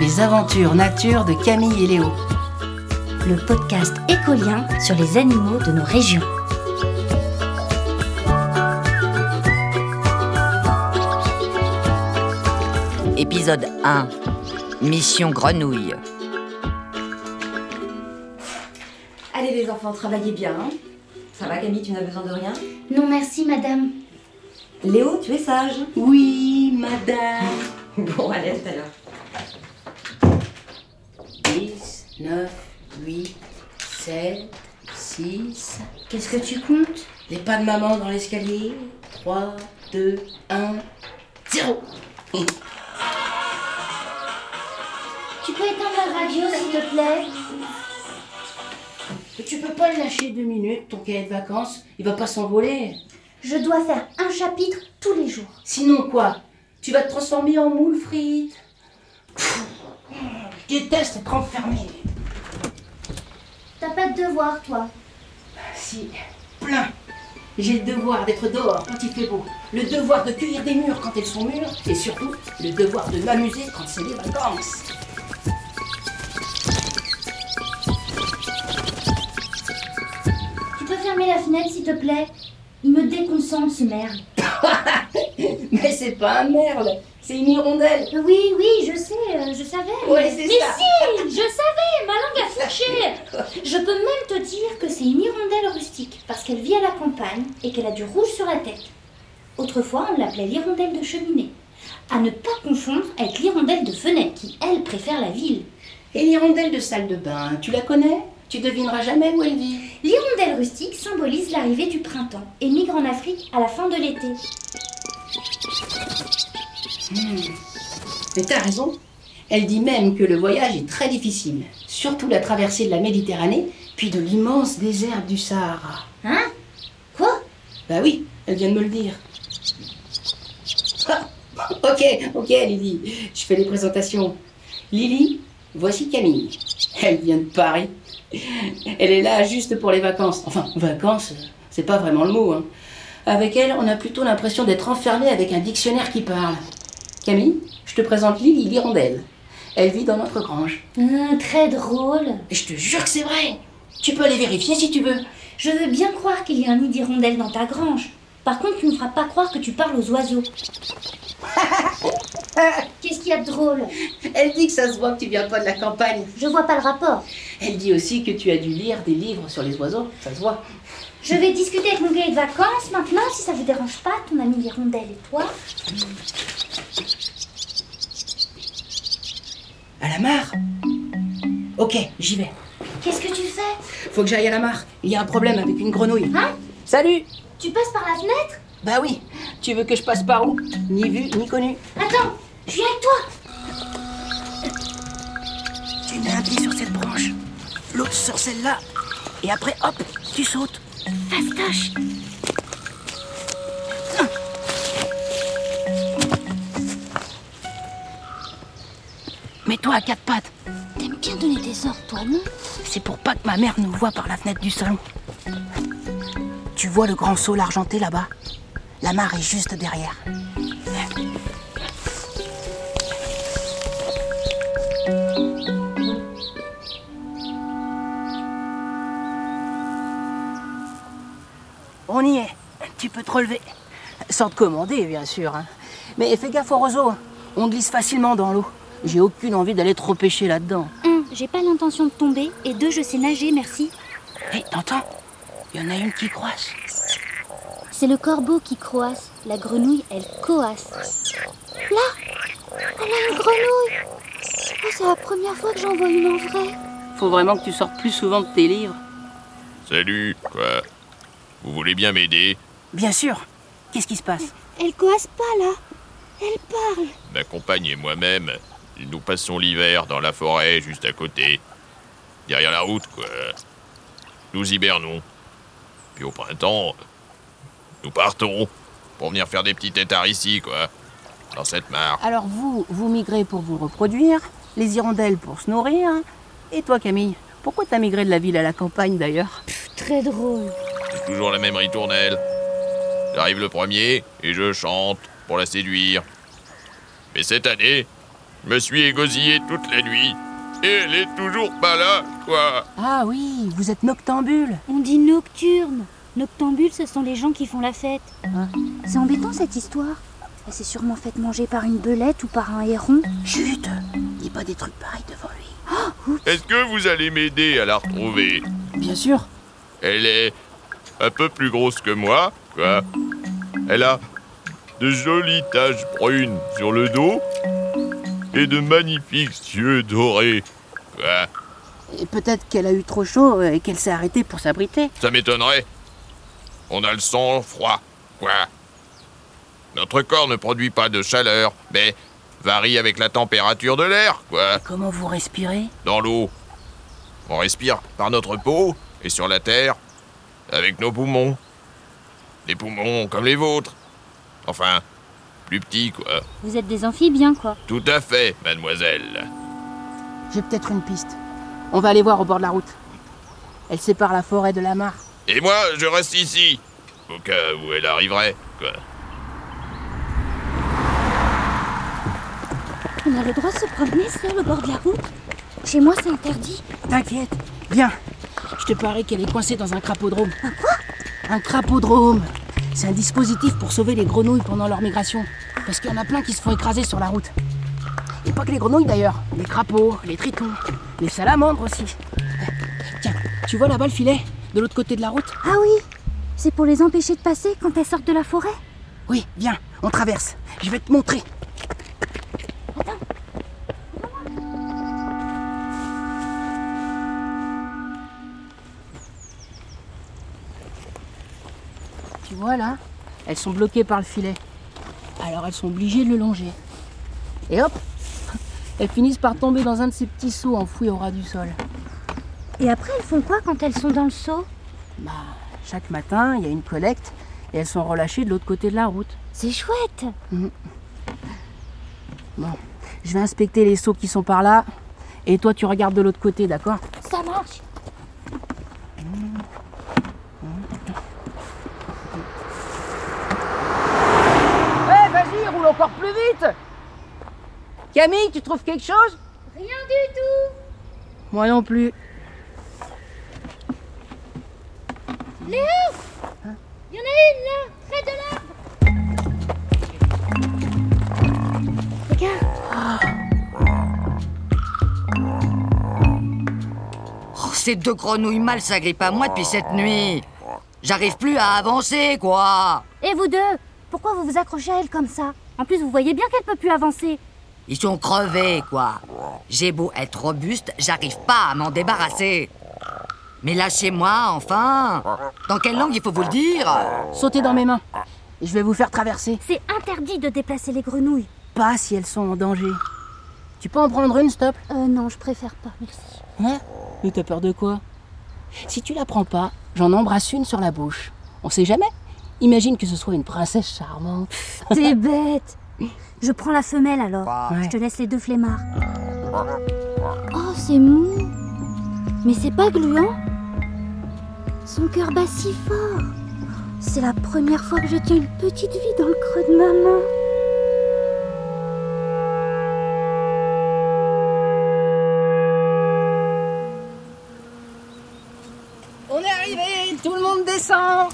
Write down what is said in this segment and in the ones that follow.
les aventures nature de Camille et Léo. le podcast écolien sur les animaux de nos régions. Épisode 1 Mission Grenouille. Allez les enfants, travaillez bien. hein. Ça va Camille, tu n'as besoin de rien Non merci madame. Léo, tu es sage. Oui, madame. Bon, allez, à tout à l'heure. 10, 9, 8, 7, 6. Qu'est-ce que tu comptes Les pas de maman dans l'escalier. 3, 2, 1, 0. Tu peux éteindre la radio s'il te plaît Tu peux pas le lâcher deux minutes, ton cahier de vacances, il va pas s'envoler. Je dois faire un chapitre tous les jours. Sinon quoi Tu vas te transformer en moule frite. Pfff. Je déteste être enfermé. T'as pas de devoir toi. Si, plein. J'ai le devoir d'être dehors quand il fait beau, le devoir de cueillir des murs quand elles sont mûres, et surtout le devoir de m'amuser quand c'est les vacances. Tu peux fermer la fenêtre s'il te plaît Il me déconcentre ce merde. Mais c'est pas un merle, c'est une hirondelle. Euh, Oui, oui, je sais, euh, je savais. Ouais, c'est mais ça. si, je savais, ma langue a fourché. Je peux même te dire que c'est une hirondelle rustique, parce qu'elle vit à la campagne et qu'elle a du rouge sur la tête. Autrefois, on l'appelait l'hirondelle de cheminée, à ne pas confondre avec l'hirondelle de fenêtre, qui, elle, préfère la ville. Et l'hirondelle de salle de bain, tu la connais Tu devineras jamais où elle vit. L'hirondelle rustique symbolise l'arrivée du printemps et migre en Afrique à la fin de l'été. Mais t'as raison. Elle dit même que le voyage est très difficile, surtout la traversée de la Méditerranée, puis de l'immense désert du Sahara. Hein Quoi Bah oui, elle vient de me le dire. Ah, ok, ok Lily, je fais les présentations. Lily, voici Camille. Elle vient de Paris. Elle est là juste pour les vacances. Enfin, vacances, c'est pas vraiment le mot. hein. Avec elle, on a plutôt l'impression d'être enfermé avec un dictionnaire qui parle. Camille, je te présente Lily l'hirondelle. Elle vit dans notre grange. Hum, Très drôle. Et je te jure que c'est vrai. Tu peux aller vérifier si tu veux. Je veux bien croire qu'il y a un nid d'hirondelle dans ta grange. Par contre, tu ne me feras pas croire que tu parles aux oiseaux. Qu'est-ce qu'il y a de drôle Elle dit que ça se voit que tu viens pas de la campagne. Je vois pas le rapport. Elle dit aussi que tu as dû lire des livres sur les oiseaux, ça se voit. Je vais discuter avec mon cahier de vacances maintenant, si ça vous dérange pas, ton ami l'hirondelle et toi. À la mare Ok, j'y vais. Qu'est-ce que tu fais Faut que j'aille à la mare. Il y a un problème avec une grenouille. Hein Salut Tu passes par la fenêtre Bah oui, tu veux que je passe par où Ni vu, ni connu. Attends, je viens avec toi. Tu mets un pied sur cette branche, l'autre sur celle-là, et après, hop, tu sautes. Fastoche Mets-toi à quatre pattes. T'aimes bien donner des ordres, toi, non C'est pour pas que ma mère nous voie par la fenêtre du salon. Tu vois le grand saule argenté là-bas La mare est juste derrière. On y est. Tu peux te relever. Sans te commander, bien sûr. hein. Mais fais gaffe aux roseaux. On glisse facilement dans l'eau. J'ai aucune envie d'aller trop pêcher là-dedans. Un, j'ai pas l'intention de tomber, et deux, je sais nager, merci. Hé, t'entends Il y en a une qui croise. C'est le corbeau qui croasse, la grenouille, elle coasse. Là Elle a une grenouille Oh, C'est la première fois que j'en vois une en vrai. Faut vraiment que tu sortes plus souvent de tes livres. Salut, quoi Vous voulez bien m'aider Bien sûr. Qu'est-ce qui se passe Elle coasse pas là Elle parle Ma compagne et moi-même, nous passons l'hiver dans la forêt juste à côté. Derrière la route, quoi. Nous hibernons. Puis au printemps, nous partons pour venir faire des petits têtards ici, quoi. Dans cette mare. Alors vous, vous migrez pour vous reproduire, les hirondelles pour se nourrir. Et toi Camille, pourquoi t'as migré de la ville à la campagne d'ailleurs Très drôle. C'est toujours la même ritournelle. J'arrive le premier et je chante pour la séduire. Mais cette année, Je me suis égosillé toute la nuit. Et elle est toujours pas là, quoi. Ah oui, vous êtes noctambule. On dit nocturne. Noctambules, ce sont les gens qui font la fête. C'est embêtant cette histoire. Elle s'est sûrement faite manger par une belette ou par un héron. Chut Dis pas des trucs pareils devant lui. Est-ce que vous allez m'aider à la retrouver Bien sûr. Elle est un peu plus grosse que moi, quoi. Elle a de jolies taches brunes sur le dos et de magnifiques yeux dorés. Quoi. Et peut-être qu'elle a eu trop chaud et qu'elle s'est arrêtée pour s'abriter. Ça m'étonnerait. On a le sang froid, quoi. Notre corps ne produit pas de chaleur, mais varie avec la température de l'air, quoi. Comment vous respirez Dans l'eau. On respire par notre peau et sur la terre, avec nos poumons. Des poumons comme les vôtres. Enfin, plus petits, quoi. Vous êtes des amphibiens, quoi. Tout à fait, mademoiselle. J'ai peut-être une piste. On va aller voir au bord de la route. Elle sépare la forêt de la mare. Et moi, je reste ici, au cas où elle arriverait, quoi. On a le droit de se promener seul au bord de la route Chez moi, c'est interdit. T'inquiète, viens. Je te parie qu'elle est coincée dans un crapaudrome. Un quoi Un crapaudrome. C'est un dispositif pour sauver les grenouilles pendant leur migration. Parce qu'il y en a plein qui se font écraser sur la route. Et pas que les grenouilles d'ailleurs. Les crapauds, les tritons, les salamandres aussi. Eh, Tiens, tu vois là-bas le filet De l'autre côté de la route Ah oui C'est pour les empêcher de passer quand elles sortent de la forêt Oui, viens, on traverse. Je vais te montrer. Tu vois là Elles sont bloquées par le filet. Alors elles sont obligées de le longer. Et hop Elles finissent par tomber dans un de ces petits seaux enfouis au ras du sol. Et après, elles font quoi quand elles sont dans le seau Bah, chaque matin, il y a une collecte et elles sont relâchées de l'autre côté de la route. C'est chouette Je vais inspecter les seaux qui sont par là et toi tu regardes de l'autre côté, d'accord Ça marche Eh, vas-y, roule encore plus vite Camille, tu trouves quelque chose Rien du tout Moi non plus. Il y en a une là, près de là Oh, ces deux grenouilles mâles s'agrippent à moi depuis cette nuit. J'arrive plus à avancer, quoi. Et vous deux Pourquoi vous vous accrochez à elle comme ça En plus, vous voyez bien qu'elle peut plus avancer. Ils sont crevés, quoi. J'ai beau être robuste, j'arrive pas à m'en débarrasser. Mais lâchez-moi, enfin. Dans quelle langue il faut vous le dire Sautez dans mes mains. et Je vais vous faire traverser. C'est interdit de déplacer les grenouilles. Pas si elles sont en danger. Tu peux en prendre une, stop Euh, non, je préfère pas, merci. Hein Mais t'as peur de quoi Si tu la prends pas, j'en embrasse une sur la bouche. On sait jamais. Imagine que ce soit une princesse charmante. T'es bête Je prends la femelle alors. Ouais. Je te laisse les deux flemmards. Oh, c'est mou Mais c'est pas gluant Son cœur bat si fort C'est la première fois que je tiens une petite vie dans le creux de ma main. On est arrivé, tout le monde descend.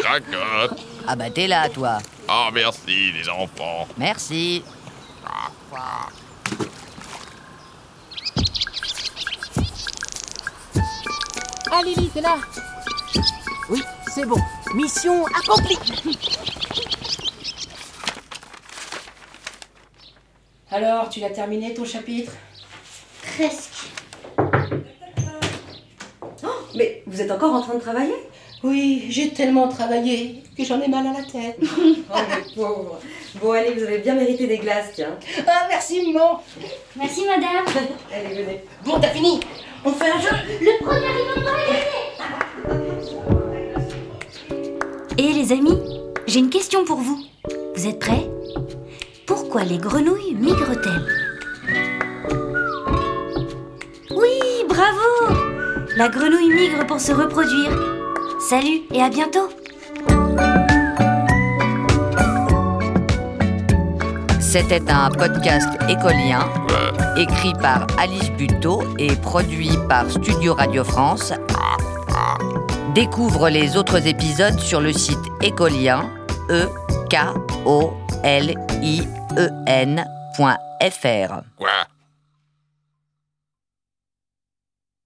Cracotte. Ah bah t'es là, toi. Ah, hein. merci, les enfants. Merci. Ah Lily, t'es là Oui, c'est bon. Mission accomplie. Alors, tu l'as terminé ton chapitre Presque. Oh, Mais vous êtes encore en train de travailler Oui, j'ai tellement travaillé que j'en ai mal à la tête. Oh, les pauvres Bon, allez, vous avez bien mérité des glaces, tiens. Ah, merci, maman. Merci madame. Allez, venez. Bon, t'as fini On fait un jeu Le premier arrivant va Et Eh, les amis, j'ai une question pour vous. Vous êtes prêts Pourquoi les grenouilles migrent-elles Oui, bravo La grenouille migre pour se reproduire. Salut et à bientôt C'était un podcast écolien Quoi écrit par Alice Buteau et produit par Studio Radio France. Découvre les autres épisodes sur le site écolien e k o l i e n.fr. Quoi